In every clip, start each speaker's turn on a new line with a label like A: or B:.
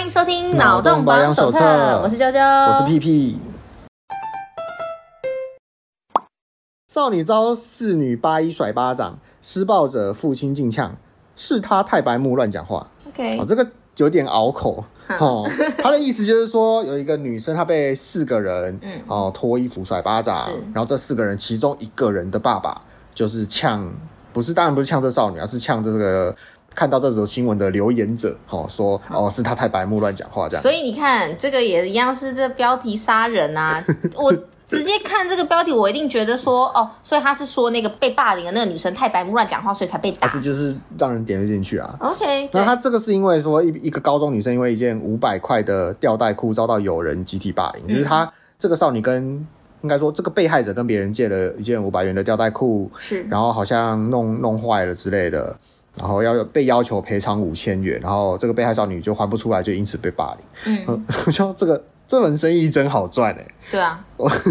A: 迎收听《
B: 脑
A: 脑
B: 洞
A: 洞保养手册
B: 保养手册》，
A: 我是娇娇，
B: 我
A: 我
B: 是屁屁。少女遭四女八一甩巴掌，施暴者父亲竟呛，是他太白目乱讲话。
A: OK，
B: 哦，这个有点拗口。哦，他的意思就是说，有一个女生她被四个人，
A: 嗯
B: 哦，脱衣服甩巴掌
A: 是，
B: 然后这四个人其中一个人的爸爸就是呛，不是当然不是呛这少女，而是呛这个看到这则新闻的留言者，哦，说哦是他太白目乱讲话这样。
A: 所以你啊看，这个也一样是这标题杀人啊！ 我直接看这个标题，我一定觉得说，哦，所以他是说那个被霸凌的那个女生太白目乱讲话，所以才被打
B: 啊，。这就是让人点得进去啊。
A: OK，
B: 那
A: 对，
B: 他这个是因为说一一个高中女生因为一件五百块的吊带裤遭到有人集体霸凌，就是她这个少女跟应该说这个被害者跟别人借了一件五百元的吊带裤，
A: 是
B: 然后好像弄弄坏了之类的，然后要被要求赔偿五千元，然后这个被害少女就还不出来，就因此被霸凌。
A: 嗯，
B: 我觉得这个这门生意真好赚哎、
A: 对 啊，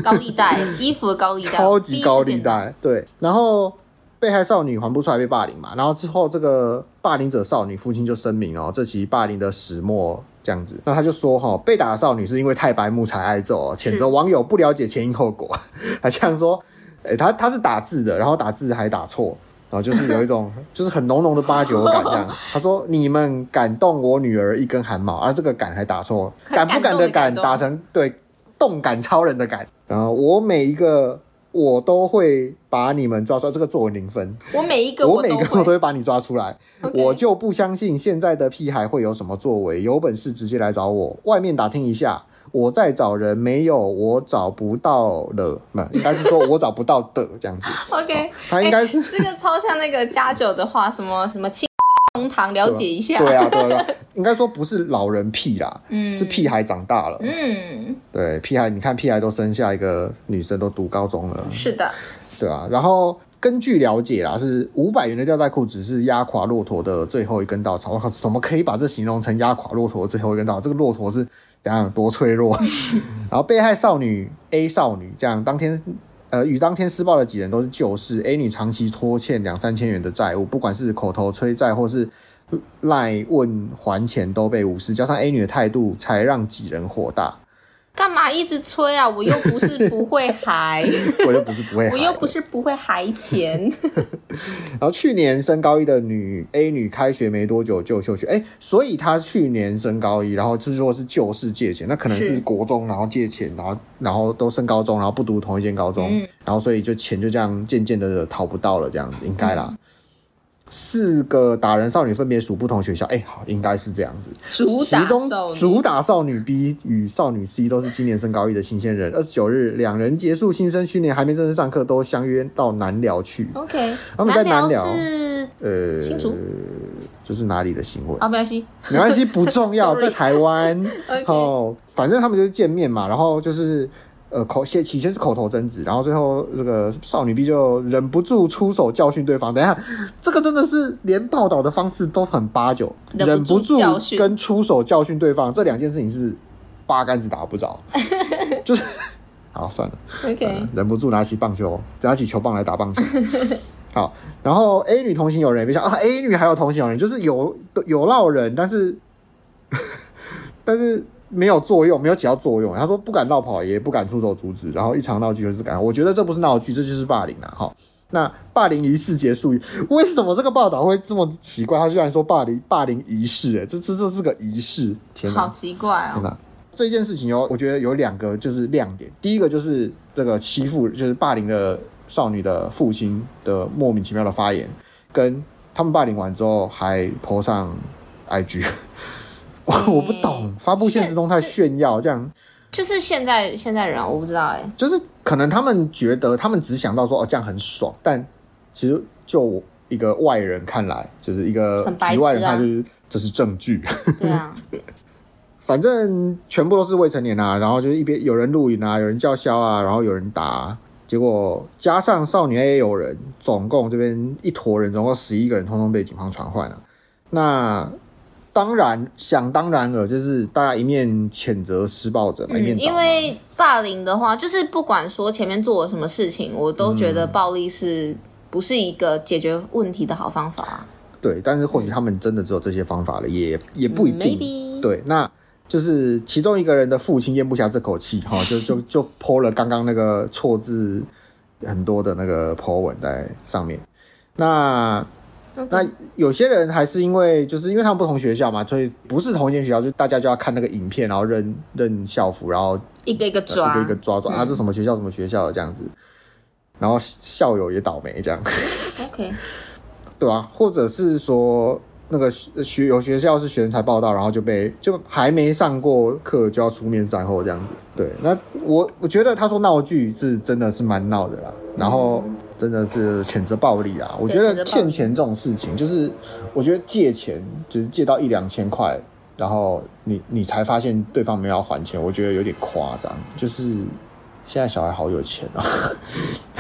A: 高利贷，衣服的高利贷，
B: 超级高利
A: 第一次见到，
B: 贷，对。然后被害少女还不出来被霸凌嘛，然后之后这个霸凌者少女父亲就声明哦，这起霸凌的始末这样子。那他就说哈、被打的少女是因为太白目才挨揍、哦，谴责网友不了解前因后果，还这样说，诶、他他是打字的，然后打字还打错。然后就是有 一种，就是很浓浓的八九感这样。他说：“你们敢动我女儿一根汗毛，啊而、这个敢还打错，
A: 很
B: 敢不
A: 感
B: 敢
A: 动
B: 的
A: 的感
B: 敢
A: 动
B: 打成对动感超人的感。然后我每一个我都会把你们抓出来，这个作文零分，
A: 我每一个
B: 我每
A: 都
B: 一个我都
A: 会，
B: 会把你抓出来。
A: OK
B: 我就不相信现在的屁孩会有什么作为，有本事直接来找我，外面打听一下。我在找人，没有我找不到了，那应该是说我找不到的这样子。
A: OK，
B: 他应该 是
A: 哎这个超像那个加酒的话，什么什么清红堂了解一下，
B: 对啊，对啊，对啊应该说不是老人屁啦，
A: 嗯
B: 是屁孩长大了。
A: 嗯，
B: 对，屁孩，你看屁孩都生下一个女生，都读高中了，
A: 是的，
B: 对啊，然后根据了解啦，是五百元的吊带裤只是压垮骆驼的最后一根稻草。我靠，怎么可以把这形容成压垮骆驼的最后一根稻草？这个骆驼是怎样有多脆弱？然后被害少女 A 少女这样，当天呃与当天施暴的几人都是旧事。A 女长期拖欠两三千元的债务，不管是口头催债或是赖问还钱都被无视，加上 A 女的态度，才让几人火大。
A: 干嘛一直催啊？我又不是不会 还，
B: 我又不是不会喊，
A: 我又不是不会还钱。
B: 然后去年升高一的女 A 女开学没多久就休学，哎、所以她去年升高一，然后就是说是旧事借钱，那可能
A: 是
B: 是国中，然后借钱，然后然后都升高中，然后不读同一间高中，
A: 嗯
B: 然后所以就钱就这样渐渐的讨不到了，这样子应该
A: 嗯
B: 啦。四个打人少女分别属不同学校，哎、好，应该 是这样子。
A: 主打
B: 其中
A: 少女
B: 主打少女 B 与少女 C 都是今年升高一的新鲜人。二十九日，两人结束新生训练，还没正式上课，都相约到南寮去。
A: OK，
B: 他们在
A: 南
B: 南寮
A: 是
B: 呃，
A: 新竹
B: 这是哪里的新闻？
A: 啊，没关系。
B: 没关系，不重要，
A: Sorry
B: 在台湾
A: OK。
B: 哦，反正他们就是见面嘛，然后就是呃口先起先是口头争执，然后最后这个少女 B 就忍不住出手教训对方。等一下，这个真的是连报道的方式都很八九，
A: 忍
B: 忍
A: 不
B: 不
A: 住
B: 住
A: 教训
B: 跟出手教训对方这两件事情是八竿子打 不着，就是好算了。
A: OK，
B: 呃忍不住拿起棒球，拿起球棒来打棒 球。好，然后 A 女同行有人也被笑啊，A 女还有同行有人，就是有有闹人，但是 但是没有作用，没有起到作用。他说不敢绕跑，也不敢出手阻止，然后一场闹剧就是感染。我觉得这不是闹剧，这就是霸凌啊！哈，那霸凌仪式结束，为什么这个报道会这么奇怪？他居然说霸凌霸凌仪式、欸，哎，这这这是个仪式，天哪！
A: 好奇怪
B: 天
A: 哦。
B: 哪！这件事情哦有，我觉得有两个就是亮点。第一个就是这个欺负，就是霸凌的少女的父亲的莫名其妙的发言，跟他们霸凌完之后还 po 上 IG，我、 我不懂，发布现实动态炫耀这样，
A: 就是现在现在人啊，我不知道 哎。
B: 就是可能他们觉得他们只想到说哦这样很爽，但其实就我一个外人看来，就是一个
A: 很白痴啊
B: 局外人看就是、这是证据。
A: 对啊，
B: 反正全部都是未成年啊，然后就是一边有人录影啊，有人叫嚣啊，然后有人打啊、结果加上少女 A 有人，总共这边一坨人，总共十一个人，通通被警方传唤了。啊那当然，想当然了，就是大家一面谴责施暴者嘛，一面
A: 嗯，
B: 倒
A: 因
B: 嘛
A: 为霸凌的话，就是不管说前面做了什么事情，我都觉
B: 嗯
A: 得暴力是不是一个解决问题的好方法啊
B: 对，但是或许他们真的只有这些方法了，也也不一定。
A: 嗯？Maybe
B: 对，那就是其中一个人的父亲咽不下这口气，哈、就就就泼了刚刚那个错字很多的那个 po 文在上面。那那有些人还是因为就是因为他们不同学校嘛，所以不是同一间学校，就大家就要看那个影片，然后认认校服，然后
A: 一个一个抓，
B: 一个一个抓抓、啊，这什么学校什么学校这样子，然后校友也倒霉这样。
A: OK，
B: 对啊，或者是说那个学学有学校是学生才报到，然后就被就还没上过课就要出面善后这样子。对，那我我觉得他说闹剧是真的是蛮闹的啦，然后真的是谴责暴力啊。我觉
A: 嗯谴责暴
B: 得
A: 力
B: 欠钱这种事情，就是我觉得借钱就是借到一两千块，然后你你才发现对方没有要还钱，我觉得有点夸张。就是现在小孩好有钱啊，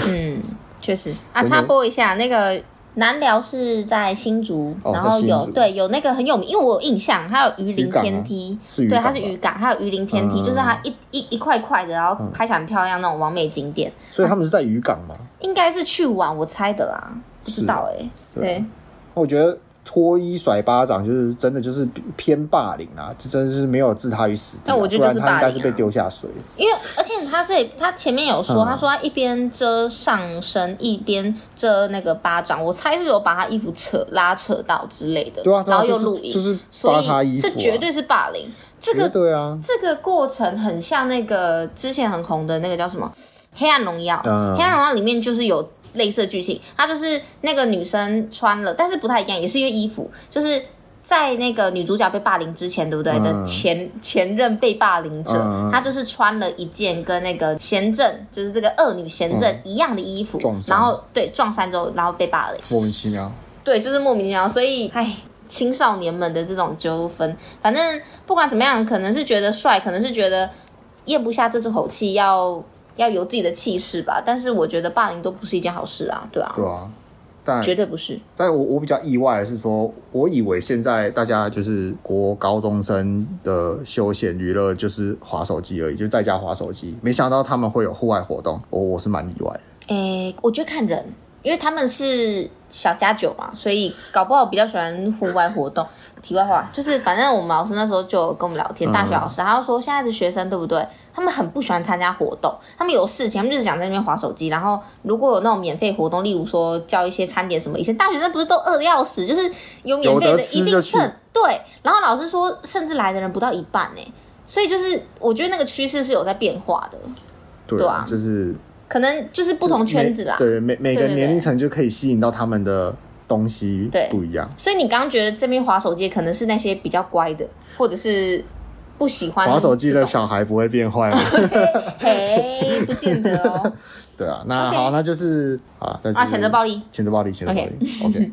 A: 嗯，确实啊，
B: 真的
A: 插播一下，那个南寮是在新竹，
B: 哦
A: 然后
B: 在新
A: 有
B: 竹
A: 对有那个很有名，因为我有印象，还有鱼
B: 渔
A: 鳞
B: 港啊
A: 天梯，
B: 是渔
A: 对，
B: 港
A: 它是
B: 吧
A: 渔港，还有鱼鳞天梯，
B: 嗯
A: 就是它一一一块块的，然后拍起来很漂亮那种完美景点，
B: 所以他们是在渔港嘛。
A: 应该是去玩我猜的啦，不知道哎、
B: 对啊
A: 对，
B: 我觉得脱衣甩巴掌就是真的就是偏霸凌啊，这真的是没有置他于死地啊、
A: 但我觉得就是
B: 不然他应
A: 霸
B: 该
A: 凌啊
B: 是被丢下水。
A: 因为而且他这里他前面有说，
B: 嗯
A: 他说他一边遮上身，一边遮那个巴掌，我猜是有把他衣服扯拉扯到之类的，
B: 对啊，对
A: 然
B: 啊
A: 后又
B: 就是
A: 录影，
B: 就是扒他
A: 所
B: 衣
A: 以
B: 服、
A: 这
B: 啊，
A: 绝对是霸凌，这
B: 绝
A: 个
B: 对啊，
A: 这个过程很像那个之前很红的那个叫什么《黑暗荣耀》
B: 嗯
A: 黑暗荣耀》里面就是有类似的剧情，它就是那个女生穿了，但是不太一样，也是因为衣服，就是在那个女主角被霸凌之前，对不对？
B: 嗯
A: 的前前任被霸凌者，
B: 嗯嗯
A: 她就是穿了一件跟那个贤正，就是这个恶女贤正、一样的衣服
B: 嗯撞，衫
A: 然后对撞衫之后，然后被霸凌。
B: 莫名其妙。
A: 对，就是莫名其妙，所以唉，青少年们的这种纠纷，反正不管怎么样，可能是觉得帅，可能是觉得咽不下这口气，要要有自己的气势吧。但是我觉得霸凌都不是一件好事啊，对啊，
B: 对啊，但
A: 绝对不是。
B: 但我我比较意外的是说，我以为现在大家就是国高中生的休闲娱乐就是划手机而已，就在家划手机，没想到他们会有户外活动，我我是蛮意外的。
A: 诶，我觉得看人，因为他们是小家酒嘛，所以搞不好比较喜欢户外活动。题外话，就是反正我们老师那时候就有跟我们聊天，
B: 嗯
A: 大学老师他就说现在的学生对不对？他们很不喜欢参加活动，他们有事情，他们就是想在那边划手机。然后如果有那种免费活动，例如说叫一些餐点什么，以前大学生不是都饿的要死，就是有免费
B: 有
A: 的
B: 得吃
A: 一定
B: 就去
A: 蹭。对，然后老师说，甚至来的人不到一半呢、所以就是我觉得那个趋势是有在变化的，
B: 对
A: 对啊
B: 就是
A: 可能就是不同圈子啦。
B: 每对，每每个
A: 对对对
B: 年龄层就可以吸引到他们的东西
A: 对
B: 不一样。
A: 所以你刚刚觉得这边滑手机可能是那些比较乖的，或者是不喜欢
B: 滑手机的
A: 这种
B: 小孩不会变坏 哦吗？
A: 嘿，不见得 哦。
B: 对啊，那
A: OK
B: 好，那就是啊，那就是
A: 啊，谴责暴力，
B: 谴责暴力，谴责暴力。OK。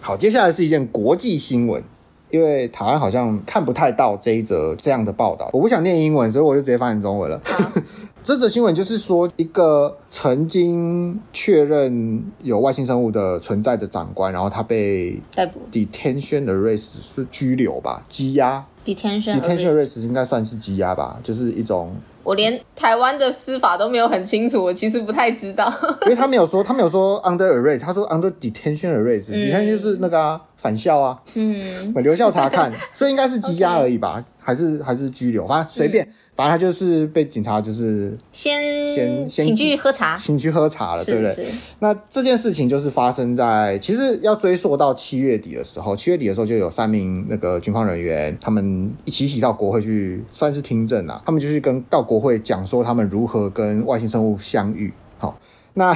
B: 好，接下来是一件国际新闻，因为台湾好像看不太到这一则这样的报道，我不想念英文，所以我就直接翻成中文了。 这则新闻就是说，一个曾经确认有外星生物的存在的长官，然后他被
A: 逮捕
B: detention arrest 是拘留吧，羁押。
A: detention
B: detention
A: arrest。
B: arrest 应该算是羁押吧，就是一种
A: 我连台湾的司法都没有很清楚，我其实不太知道。
B: 因为他没有说，他没有说 under arrest，他说 under detention
A: 嗯
B: arrest，detention、就是那个啊，返校啊，
A: 嗯，
B: 留校察 看，所以应该是羁押而已吧还是还是拘留，反正随便，
A: 嗯
B: 反正他就是被警察就是
A: 先
B: 先先
A: 请继续喝茶。
B: 请去喝茶了，对不
A: 啊是
B: 对？
A: 是，
B: 那这件事情就是发生在，其实要追溯到七月底的时候，七月底的时候就有三名那个军方人员，他们一起提到国会去，算是听证啊，他们就是跟到国会讲说他们如何跟外星生物相遇。好，那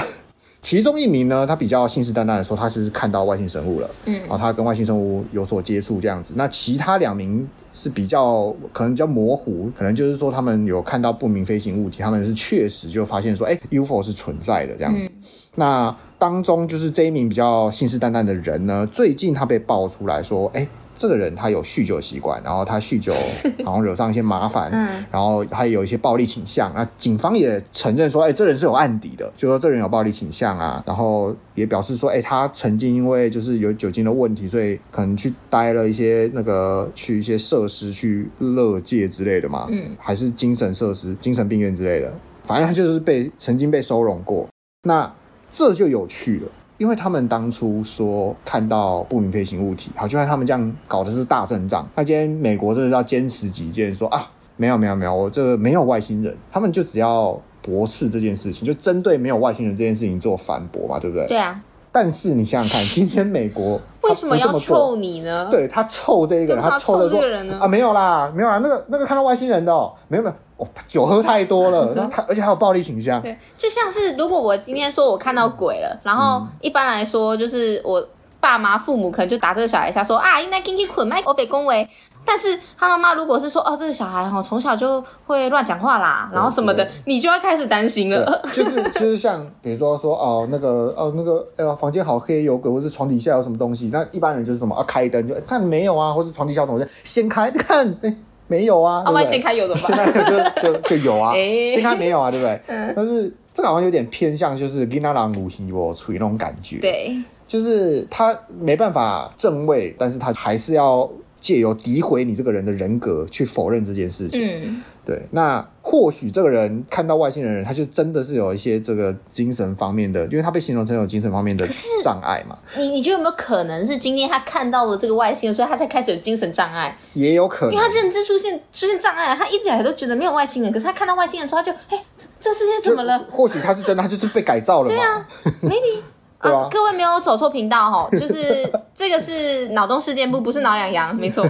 B: 其中一名呢，他比较信誓旦旦的说他是看到外星生物了，
A: 嗯
B: 然后他跟外星生物有所接触这样子。那其他两名是比较可能比较模糊，可能就是说他们有看到不明飞行物体，他们是确实就发现说，哎、u f o 是存在的这样子。
A: 嗯
B: 那当中就是这一名比较信誓旦旦的人呢，最近他被爆出来说，哎、这个人他有酗酒习惯，然后他酗酒好像惹上一些麻烦，
A: 嗯
B: 然后他也有一些暴力倾向。那警方也承认说，哎、这人是有案底的，就说这人有暴力倾向啊。然后也表示说，哎、他曾经因为就是有酒精的问题，所以可能去待了一些那个去一些设施去乐界之类的嘛，
A: 嗯，
B: 还是精神设施、精神病院之类的。反正他就是被曾经被收容过。那这就有趣了。因为他们当初说看到不明飞行物体，好，就算他们这样搞的是大阵仗，那今天美国这是要坚持己见，说啊，没有没有没有，我这个没有外星人，他们就只要驳斥这件事情，就针对没有外星人这件事情做反驳嘛，对不对？
A: 对啊，
B: 但是你想想看，今天美国
A: 为什
B: 他不这
A: 要
B: 么做
A: 臭你呢？
B: 对他凑这一个人，
A: 干嘛
B: 他凑
A: 凑
B: 的
A: 这
B: 说
A: 个人呢
B: 啊，没有啦，没有啦，那个那个看到外星人的、哦，没有没有，哦，酒喝太 多了，然后他而且还有暴力倾向，
A: 对，就像是如果我今天说我看到鬼了，然后
B: 嗯
A: 一般来说就是我爸妈父母可能就打这个小孩一下说啊，应该给你捆麦，我被恭维。但是他妈妈如果是说哦，这个小孩哈从小就会乱讲话啦，然后什么的
B: 对，
A: 你就要开始担心
B: 对
A: 了。，
B: 就是就是像比如说说哦那个哦那个哎呀房间好黑有鬼，或是床底下有什么东西，那一般人就是什么啊开灯就哎看没有啊，或是床底下有什么东西掀开看 哎没有啊，
A: 啊，
B: 对不
A: 万
B: 对
A: 一掀开有怎么
B: 现
A: 办？
B: 在就就就 有啊，
A: 哎
B: 掀开没有啊，对不对？
A: 嗯
B: 但是这个好像有点偏向就是吉娜朗鲁希我处于那种感觉，。
A: 对，
B: 就是他没办法正位，但是他还是要借由诋毁你这个人的人格去否认这件事情。
A: 嗯，
B: 对，那或许这个人看到外星人，他就真的是有一些这个精神方面的，因为他被形容成有精神方面的障碍嘛，
A: 你你觉得有没有可能是今天他看到了这个外星人，所以他才开始有精神障碍？
B: 也有可
A: 因为
B: 能
A: 他。认知出现出现障碍了，他一直以来都觉得没有外星人，可是他看到外星人之后，他就哎，这这世界怎么了？
B: 就或许他是真的，他就是被改造了嘛。对啊，
A: maybe 啊，
B: 对啊
A: 各位没有走错频道哈， 就是这个是脑洞事件部，不是挠痒痒，没 错。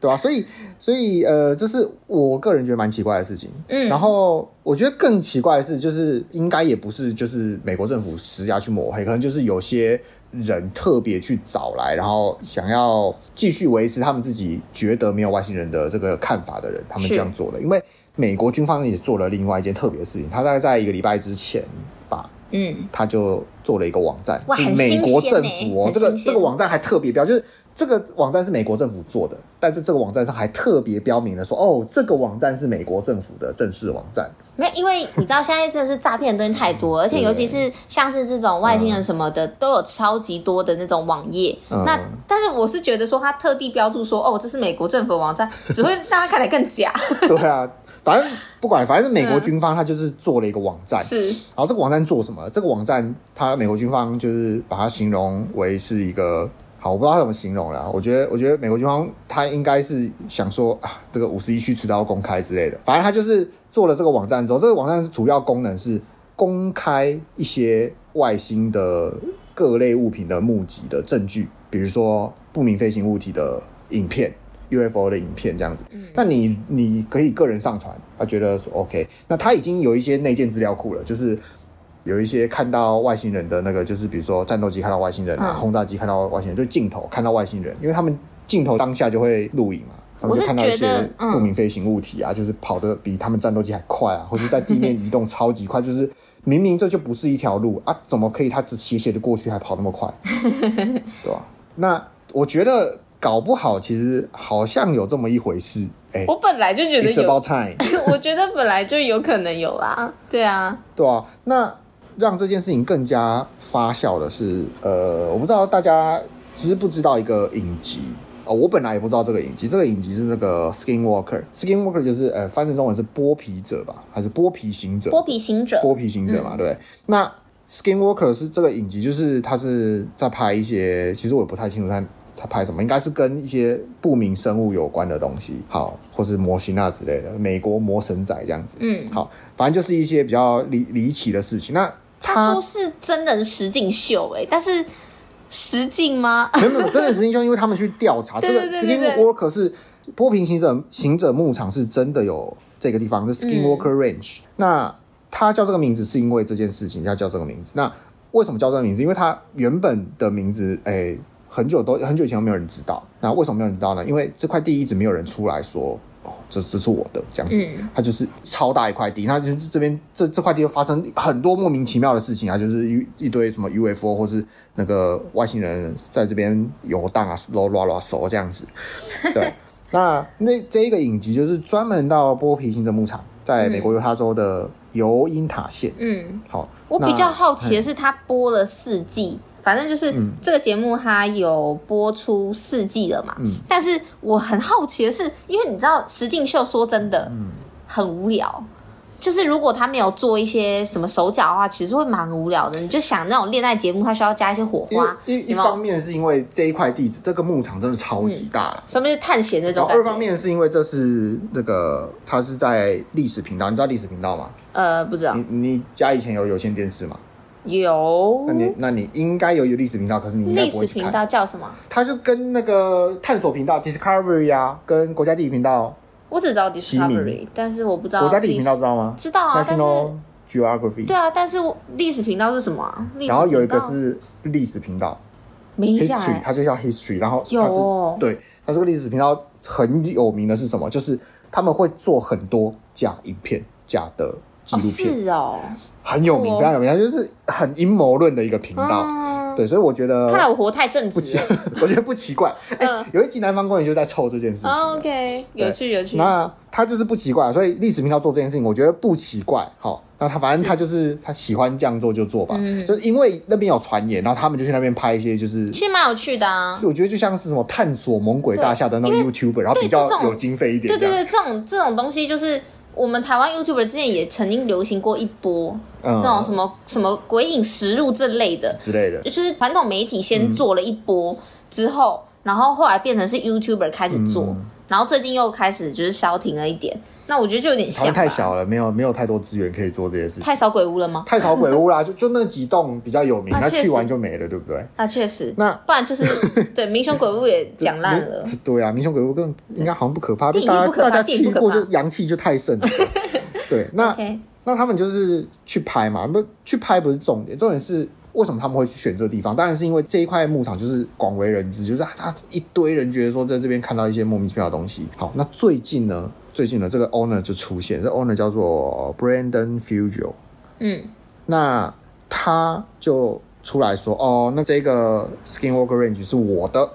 B: 对吧、所以，所以，呃，这是我个人觉得蛮奇怪的事情。
A: 嗯
B: 然后我觉得更奇怪的是，就是应该也不是就是美国政府施压去抹黑，可能就是有些人特别去找来，然后想要继续维持他们自己觉得没有外星人的这个看法的人，他们
A: 是
B: 这样做的。因为美国军方也做了另外一件特别的事情，他大概在一个礼拜之前吧，
A: 嗯，
B: 他就做了一个网站，
A: 哇
B: 就是
A: 很
B: 美
A: 新
B: 国
A: 鲜
B: 政
A: 欸
B: 府哦
A: 很，
B: 这个
A: 新
B: 这个
A: 鲜
B: 网站还特别标，就是这个网站是美国政府做的，但是这个网站上还特别标明了说，哦，这个网站是美国政府的正式网站，
A: 没有，因为你知道现在真的是诈骗的东西太多，而且尤其是像是这种外星人什么的，都有超级多的那种网页。
B: 嗯
A: 那但是我是觉得说，他特地标注说，哦，这是美国政府的网站，只会让他看起来更 假。
B: 对啊，反正不管，反正美
A: 嗯
B: 国军方他就是做了一个网站，
A: 是，
B: 然后这个网站做什么？这个网站它美国军方就是把它形容为是一个。好，我不知道他怎么形容啦。我觉得，我觉得美国军方他应该是想说啊，这个五十一区迟早要公开之类的。反正他就是做了这个网站之后，这个网站主要功能是公开一些外星的各类物品的目击的证据，比如说不明飞行物体的影片、UFO 的影片这样子。那你你可以个人上传，他觉得说 OK，那他已经有一些内建资料库了，就是有一些看到外星人的那个，就是比如说战斗机看到外星人啊，
A: 嗯
B: 轰炸机看到外星人，就镜头看到外星人，因为他们镜头当下就会录影嘛。他们
A: 我
B: 就是看到一
A: 觉得
B: 些
A: 嗯
B: 不明飞行物体啊，就是跑得比他们战斗机还快啊，或者在地面移动超级快，就是明明这就不是一条路啊，怎么可以他只斜斜的过去还跑那么快？对吧、那我觉得搞不好其实好像有这么一回事，哎、
A: 我本来就觉得
B: i t s
A: 有，
B: about time，
A: 我觉得本来就有可能有啦。对啊，
B: 对啊，那让这件事情更加发酵的是，呃，我不知道大家知不知道一个影集。哦，我本来也不知道这个影集，这个影集是那个 Skinwalker，Skinwalker 就是呃，翻成中文是剥皮者吧，还是剥皮行者？
A: 剥皮行者，
B: 剥皮行者嘛，对不对。那 Skinwalker 是这个影集，就是他是在拍一些，其实我也不太清楚他他拍什么，应该是跟一些不明生物有关的东西，好，或是模型啊之类的，美国魔神仔这样子。
A: 嗯，
B: 好，反正就是一些比较离离奇的事 情。那
A: 他
B: 他
A: 说是真人实境秀、欸，哎，但是实境吗？
B: 没有没有真的实境秀，因为他们去调查这
A: 对
B: 个
A: 对对对对
B: Skinwalker 是波平行者行者牧场是真的有这个地方，
A: 嗯
B: 是 Skinwalker Range。那他叫这个名字是因为这件事情，他叫这个名字。那为什么叫这个名字？因为他原本的名字，哎、很久都很久以前都没有人知道。那为什么没有人知道呢？因为这块地一直没有人出来说，哦，这这是我的这样子。
A: 嗯
B: 它就是超大一块地，它就是这边这这块地又发生很多莫名其妙的事情啊，就是一一堆什么 UFO 或是那个外星人在这边游荡啊，啰啰啰嗦这样子。对，那那这一个影集就是专门到剥皮行政牧场，在美国犹他州的尤因塔县。
A: 嗯，
B: 好，
A: 我
B: 那
A: 比较好奇的是，他播了四季，反正就是
B: 嗯
A: 这个节目它有播出四季了嘛。
B: 嗯
A: 但是我很好奇的是，因为你知道实境秀，说真的，
B: 嗯
A: 很无聊。就是如果他没有做一些什么手脚的话，其实会蛮无聊的。你就想那种恋爱节目，它需要加一些火
B: 因为
A: 花，
B: 一一
A: 有没有
B: 方面是因为这一块地址，这个牧场真的超级大了。
A: 上面是探险那
B: 然
A: 种
B: 后
A: 感
B: 二
A: 觉。
B: 方面是因为这是那个，它是在历史频道，你知道历史频道吗？
A: 呃，不知道
B: 你你家以前有有线电视吗？
A: 有
B: 那你那你应该有有历史频道，可是你应该
A: 嗯历
B: 不
A: 史
B: 会去
A: 频
B: 看。
A: 道叫什么？
B: 它就跟那个探索频道 Discovery 啊，跟国家地理频道，
A: 我只知道
B: 齐名
A: Discovery，但是我不知道
B: 国家地理频道知
A: 史
B: 道吗
A: 知道啊，但是
B: ？National Geography。
A: 对啊，但是我历史频道是什么啊？历史
B: 然后有一
A: 频
B: 个
A: 道
B: 是历史频道
A: 没印象
B: ，history，
A: 哎，
B: 它就叫 history，然后
A: 有
B: 它是
A: 哦
B: 对，它这个历史频道很有名的是什么？就是他们会做很多假影片、假的纪
A: 哦
B: 录片，
A: 是哦，
B: 很有名，
A: 哦
B: 非常有名，它就是很阴谋论的一个频道。
A: 嗯，
B: 对，所以我觉得
A: 看来我活太正
B: 不
A: 直
B: 奇
A: 了。，
B: 我觉得不奇怪。哎、
A: 嗯
B: 有一集南方公园就在凑这件事情
A: 哦
B: 啊。
A: OK，
B: 对
A: 有趣有趣。
B: 那他就是不奇怪，所以历史频道做这件事情，我觉得不奇怪。好，那他反正他就是他喜欢这样做就做吧，
A: 嗯
B: 就是因为那边有传言，然后他们就去那边拍一些就是
A: 其实蛮有趣的啊
B: 所以。我觉得就像是什么探索猛鬼大厦的那种
A: 对
B: YouTuber，然后
A: 对
B: 比较
A: 这种
B: 有经费一点，
A: 对对
B: 这样，
A: 对，这种这种东西就是我们台湾 YouTuber 之前也曾经流行过一波、那种
B: 嗯
A: 什么什么鬼影实录这类的，
B: 之类的，
A: 就是传统媒体
B: 嗯
A: 先做了一波、之后，然后后来变成是 YouTuber 开始做，
B: 嗯
A: 然后最近又开始就是消停了一点。那我觉得就有点
B: 台
A: 像
B: 湾
A: 吧
B: 太小了，没有没有太多资源可以做这些事情。
A: 太少鬼屋了吗？
B: 太少鬼屋啦，就就那几栋比较有名，
A: 啊
B: 那
A: 确实
B: 去完就没了，对不对？
A: 那确实，
B: 那
A: 不然就是 对民雄鬼屋也讲烂了。
B: 这。对啊，民雄鬼屋更应该好像不可怕，
A: 电
B: 但
A: 影
B: 大
A: 不
B: 家
A: 可怕
B: 大家
A: 电影
B: 去
A: 不可
B: 过
A: 怕
B: 就阳气就 太盛了。对，那
A: OK，
B: 那他们就是去拍嘛，不去拍不是重点，重点是为什么他们会去选这个地方？当然是因为这一块牧场就是广为人知，就是啊，他一堆人觉得说在这边看到一些莫名其妙的东西。好，那最近呢，最近呢，这个 owner 就出现，这 owner 叫做 Brandon Fugel，
A: 嗯，
B: 那他就出来说，哦，那这个 Skinwalker Range 是我的。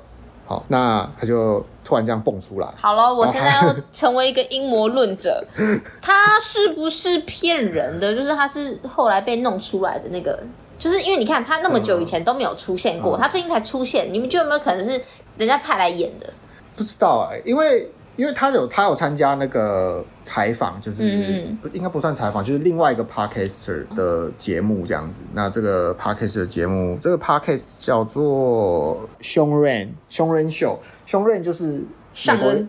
B: 好，那他就突然这样蹦出来，
A: 好了，我现在要成为一个阴谋论者， 他是不是骗人的？就是他是后来被弄出来的那个，就是因为你看他那么久以前都没有出现过，
B: 嗯
A: 他最近才出现，你们觉得有没有可能是人家派来演的？
B: 不知道哎、因为因为他有他有参加那个采访，就是、
A: 嗯嗯
B: 不应该不算采访，就是另外一个 podcaster 的节目这样子。那这个 podcast 的节目，这个 podcast 叫做熊 Rain 熊 Rain 秀，熊 Rain 就是美
A: 上
B: 国
A: 恩，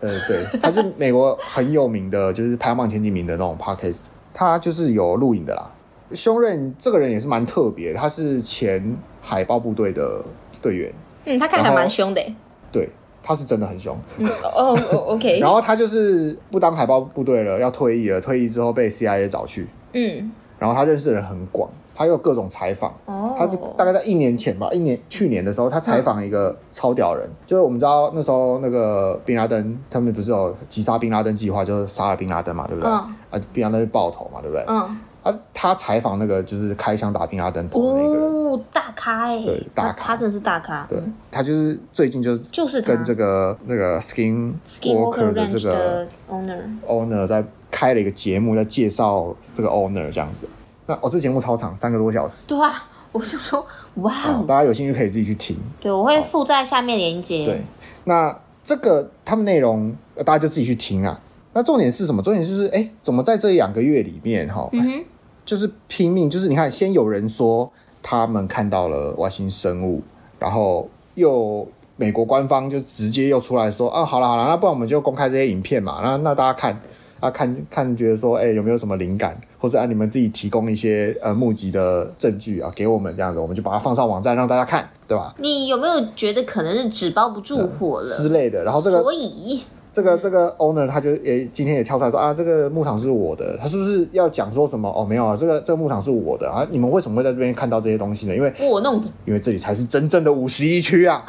B: 呃，对，他是美国很有名的，就是排行榜前几名的那种 podcast，他就是有录影的啦。熊 Rain 这个人也是蛮特别的，他是前海豹部队的队员，
A: 嗯，他看起来蛮凶的、欸，
B: 对，他是真的很凶。
A: 嗯，哦哦，OK，
B: 然后他就是不当海豹部队了，要退役了。退役之后被 CIA 找去，
A: 嗯，
B: 然后他认识的人很广，他有各种采访。
A: 哦，
B: 他大概在一年前吧，一年去年的时候，他采访一个超屌人，就是我们知道那时候那个宾拉登他们不是有击杀宾拉登计划，就是杀了宾拉登嘛，对不对？
A: 嗯
B: 啊，宾拉登被爆头嘛，对不对？
A: 嗯，
B: 啊，他采访那个就是开枪打宾拉登头的那个人，
A: 哦，大咖哎、
B: 对大咖
A: 他他真的是大咖，
B: 对他就是最近就是
A: 就是他
B: 跟这个那个 Skin
A: Skinwalker
B: 的
A: Ranch
B: 这个
A: 的 owner，
B: owner 在开了一个节目，在介绍这个 owner 这样子。那哦，这节目超长，三个多小时，
A: 对啊，我就说，哇哦。
B: 哦、大家有兴趣可以自己去听。
A: 对，我会附在下面连接。
B: 哦对，，那这个他们内容、呃大家就自己去听啊。那重点是什么？重点就是，哎、怎么在这两个月里面，哈、
A: 嗯哼，
B: 就是拼命，就是你看，先有人说他们看到了外星生物，然后又美国官方就直接又出来说，啊，好了好了，那不然我们就公开这些影片嘛，那那大家看。 啊，看看，觉得说，哎、有没有什么灵感，或者啊，你们自己提供一些呃募集的证据啊，给我们这样子，我们就把它放上网站让大家看，对吧？
A: 你有没有觉得可能是纸包不住火了？
B: 之类的。然后这个
A: 所以
B: 这个这个 owner 他就也今天也跳出来说啊，这个牧场是我的，他是不是要讲说什么？哦，没有啊，这个这个牧场是我的啊，你们为什么会在这边看到这些东西呢？因为
A: 哦我弄的，
B: 因为这里才是真正的五十一区啊！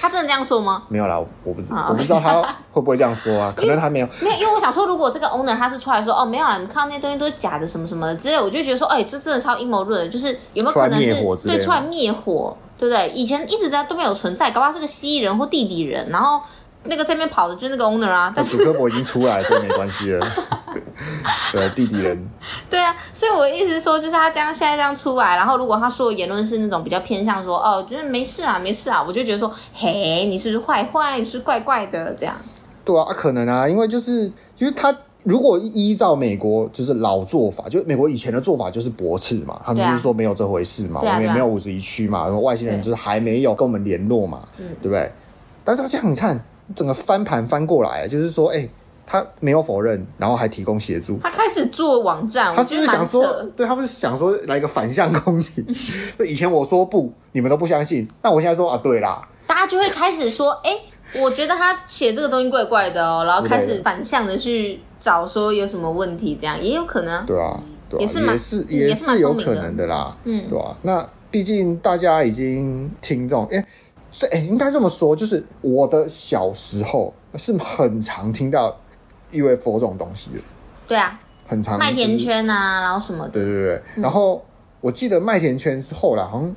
A: 他真的这样说吗？
B: 没有啦，我我不知
A: 啊
B: 我不知道他会不会这样说啊，可能他没有。
A: 没有，因为我想说，如果这个 owner 他是出来说，哦，没有啦，你看到那些东西都是假的，什么什么的之类，我就觉得说，哎、这真的超阴谋论的，就是有没有可能
B: 出来灭火之
A: 是
B: 类的
A: 对出来灭火，对不对？以前一直在都没有存在，搞不好是个蜥蜴人或地底人，然后那个在那边跑的就是那个 owner 啊，但
B: 那
A: 是
B: 主科博已经出来，所以没关系了。 对，弟弟人
A: 对啊，所以我的意思是说，就是他这样现在这样出来，然后如果他说的言论是那种比较偏向说，哦，就是没事啊，没事啊，我就觉得说，嘿，你是不是坏坏，你是不是怪怪的这样。
B: 对啊，啊可能啊，因为就是就是他如果依照美国就是老做法，就美国以前的做法就是驳斥嘛，他们
A: 对啊
B: 就是说没有这回事嘛，
A: 对啊
B: 我们也
A: 对啊
B: 没有五十一区嘛，然后外星人
A: 对
B: 就是还没有跟我们联络嘛，
A: 嗯
B: 对不对？但是他这样你看，整个翻盘翻过来，就是说，哎、他没有否认，然后还提供协助。
A: 他开始做网站，
B: 他
A: 我
B: 是
A: 觉
B: 不
A: 得
B: 是想
A: 哦蛮扯
B: 说，对他不是想说来一个反向攻 击？就以前我说不，你们都不相信，那我现在说啊，对啦，
A: 大家就会开始说，哎、我觉得他写这个东西怪怪的哦，然后开
B: 之类
A: 始
B: 的
A: 反向的去找说有什么问题，这样也有可能啊。
B: 对啊，对
A: 也
B: 啊，也
A: 是蛮嗯
B: 是
A: 也是蛮
B: 是有
A: 聪明
B: 可
A: 的
B: 能的啦，
A: 嗯
B: 对啊，那毕竟大家已经听众，哎、所以哎、应该这么说，就是我的小时候是很常听到 UFO 这种东西的，
A: 对啊，
B: 很常
A: 麦
B: 就
A: 田
B: 是
A: 圈嗯啊，然后什么的，
B: 对对对，然后我记得麦田圈是后来好像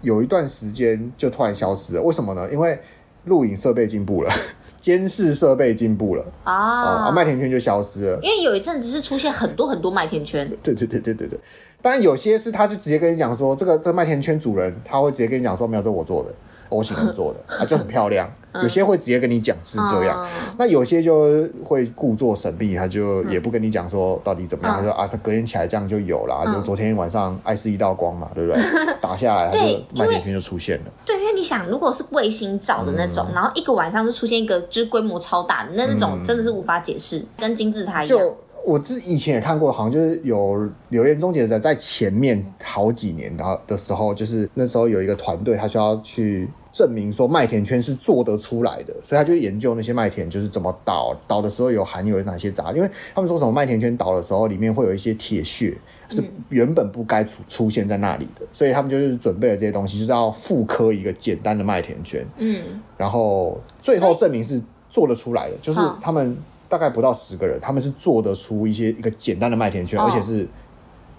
B: 有一段时间就突然消失了，为什么呢？因为录影设备进步了， 监视设备进步了，哦、
A: 啊，
B: 啊，麦田圈就消失了。
A: 因为有一阵子是出现很多很多麦田圈，
B: 对对对对对对，当然有些是他就直接跟你讲说，这个这麦田圈主人他会直接跟你讲说，没有，这我做的，我请人做的， 啊就很漂亮。有些会直接跟你讲是这样，
A: 嗯
B: 那有些就会故作神秘，他就也不跟你讲说到底怎么
A: 嗯
B: 样，他说啊，他隔天起来这样就有啦，
A: 嗯
B: 就昨天晚上爱是一道光嘛，对 不对？打下来，他就
A: 对因
B: 麦
A: 为
B: 田圈就出现了。
A: 对，因为你想，如果是卫星照的那种，然后一个晚上就出现一个就是规模超大的，那那种
B: 嗯
A: 真的是无法解释，跟金字塔一样。
B: 就我自己以前也看过，好像就是有留言终结者在前面好几年，然后的时候，就是那时候有一个团队，他需要去证明说麦田圈是做得出来的，所以他就研究那些麦田就是怎么倒，倒的时候有含有哪些杂，因为他们说什么麦田圈倒的时候里面会有一些铁屑。
A: 嗯
B: 是原本不该出出现在那里的，所以他们就是准备了这些东西，就是要复刻一个简单的麦田圈。
A: 嗯，
B: 然后最后证明是做得出来的，就是
A: 好
B: 他们大概不到十个人，他们是做得出一些一个简单的麦田圈，
A: 哦
B: 而且是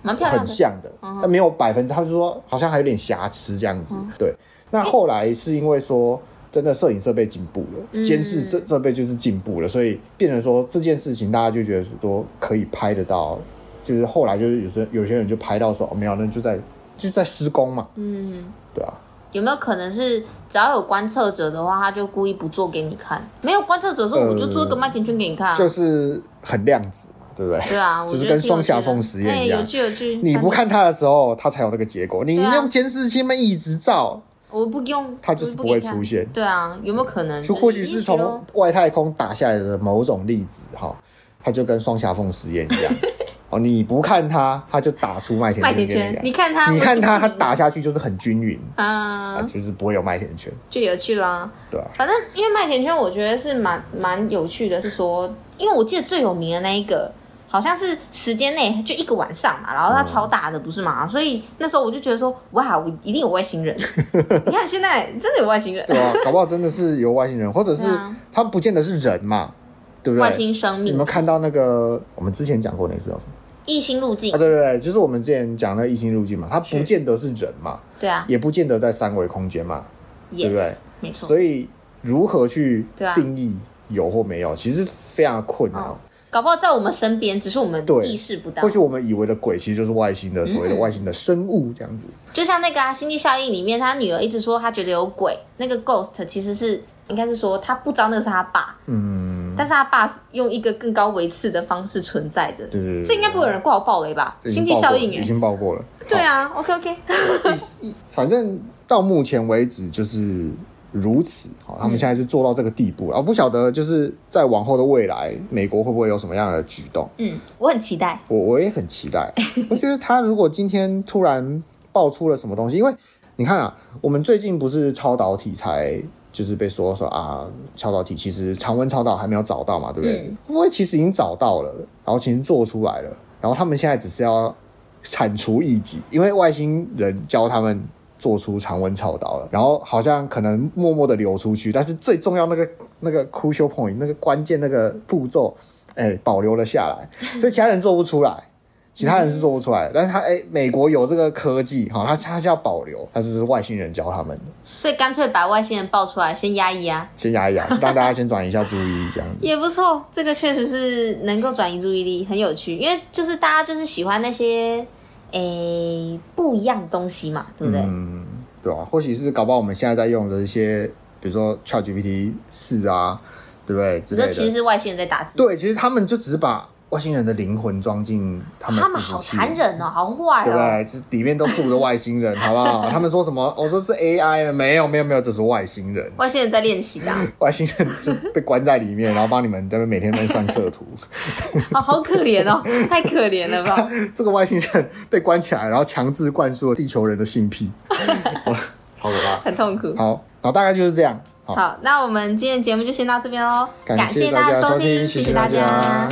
A: 蛮漂亮
B: 很
A: 的。
B: 像的，
A: 嗯
B: 但没有百分之，他就说好像还有点瑕疵这样子。对，那后来是因为说。真的摄影设备进步了，
A: 嗯
B: 监视设设备就是进步了，所以变成说这件事情，大家就觉得说可以拍得到，就是后来就是有些有些人就拍到说哦没有，那就在就在施工嘛，
A: 嗯，
B: 对啊，
A: 有没有可能是只要有观测者的话，他就故意不做给你看？没有观测者说，
B: 呃
A: 我就做一个麦田圈给你看、啊。
B: 就是很量子嘛，对不对？
A: 对啊，我
B: 就是
A: 觉得
B: 跟
A: 挺有
B: 双下
A: 趣的
B: 风实验一
A: 哎
B: 样
A: 有趣有趣。
B: 你不，看它的时候，它才有那个结果。你
A: 对啊
B: 用监视器们一直照，
A: 我不用，
B: 它就是
A: 我
B: 不
A: 给
B: 会
A: 你看
B: 出现。
A: 对啊，有没有可能？
B: 就或许是
A: 就是
B: 从
A: 咯
B: 外太空打下来的某种粒子哈，它就跟双狭缝实验一 样。哦，你不看它，它就打出麦田
A: 麦田
B: 圈给
A: 圈，
B: 你
A: 你看他，
B: 看。你看它，
A: 我就
B: 它
A: 不理
B: 打下去就是很均匀，啊，
A: 啊，
B: 就是不会有麦田圈，
A: 就有趣啦。
B: 对吧？
A: 反正因为麦田圈，我觉得是蛮蛮有趣的，是说，因为我记得最有名的那一个。好像是时间内就一个晚上嘛，然后它超大的不是嘛，所以那时候我就觉得说，哇，我一定有外 星人。你看现在真的有外星人，
B: 对啊，搞 不好真的是有外星人，或者是
A: 对啊
B: 它不见得是人嘛，对不
A: 外
B: 对？
A: 星生
B: 你
A: 命
B: 们、看到那个我们之前讲过那次叫什么？
A: 异星路径
B: 啊，，对对对，就是我们之前讲的异星路径嘛，它不
A: 是
B: 见得是人嘛，
A: 对啊，
B: 也不见得在三维空间嘛，
A: 也
B: 对不对？
A: 没错，
B: 所以如何去
A: 对啊
B: 定义有或没有，其实非常困难。
A: 哦搞不好在我们身边，只是我们
B: 对
A: 意识不到
B: 或。许我们以为的鬼，其实就是外星的所谓的
A: 嗯
B: 外星的生物这样子。
A: 就像那个、啊《星际效应》里面，他女儿一直说她觉得有鬼，那个 ghost 其实是应该是说他不知道那个是他爸，
B: 嗯，
A: 但是他爸用一个更高维次的方式存在着。
B: 对对对，
A: 这应该不会有人挂我爆雷吧？
B: 已
A: 星际
B: 经报过
A: 效
B: 了
A: 应
B: 已
A: 哎，
B: 经报过了。
A: 对啊，OK OK，
B: 反正到目前为止就是如此，好，
A: 嗯
B: 他们现在是做到这个地步，然后哦不晓得就是在往后的未来，美国会不会有什么样的举动？
A: 嗯，我很期待。
B: 我我也很期待。我觉得他如果今天突然爆出了什么东西，因为你看啊，我们最近不是超导体才就是被说说啊，超导体其实常温超导还没有找到嘛，对不对？
A: 嗯
B: 会不会其实已经找到了，然后其实做出来了，然后他们现在只是要铲除异己，因为外星人教他们。做出常温超导了，然后好像可能默默的流出去，但是最重要那个那个 crucial point 那个关键那个步骤，哎、保留了下来，所以其他人做不出来，其他人是做不出来的，但是他哎、美国有这个科技，哈、他他是要保留，他是外星人教他们的，
A: 所以干脆把外星人爆出来，先压一压，
B: 先压一压，让大家先转移一下注意，这样子。
A: 也不错。这个确实是能够转移注意力，很有趣。因为就是大家就是喜欢那些诶不一样的东西嘛， 对不对？
B: 嗯，对啊，或许是搞不好我们现在在用的一些，比如说 ChatGPT 四啊，对不对之
A: 你
B: 类
A: 说其实
B: 的。
A: 是外星人在打字，
B: 对，其实他们就只是把外星人的灵魂装进他们
A: 他
B: 的
A: 们
B: 伺服
A: 好
B: 器，
A: 残忍哦，好坏
B: 对不
A: 哦，
B: 对？是里面都住着外星人，好不 好？他们说什么？我、哦、这是 AI，没有没有没有，这是外星人，
A: 外星人在练习的啊，
B: 外星人就被关在里面，然后帮你们在那边每天在那边算色 图。
A: 啊，好可怜 哦，太可怜了吧？
B: 这个外星人被关起来，然后强制灌输了地球人的性癖，哇 超可怕。
A: 很痛苦。
B: 好，然后大概就是这样。好，
A: 好，那我们今天的节目就先到这边喽，
B: 感
A: 谢
B: 大
A: 大
B: 家
A: 家收
B: 听，
A: 听，
B: 谢
A: 谢大
B: 大
A: 家。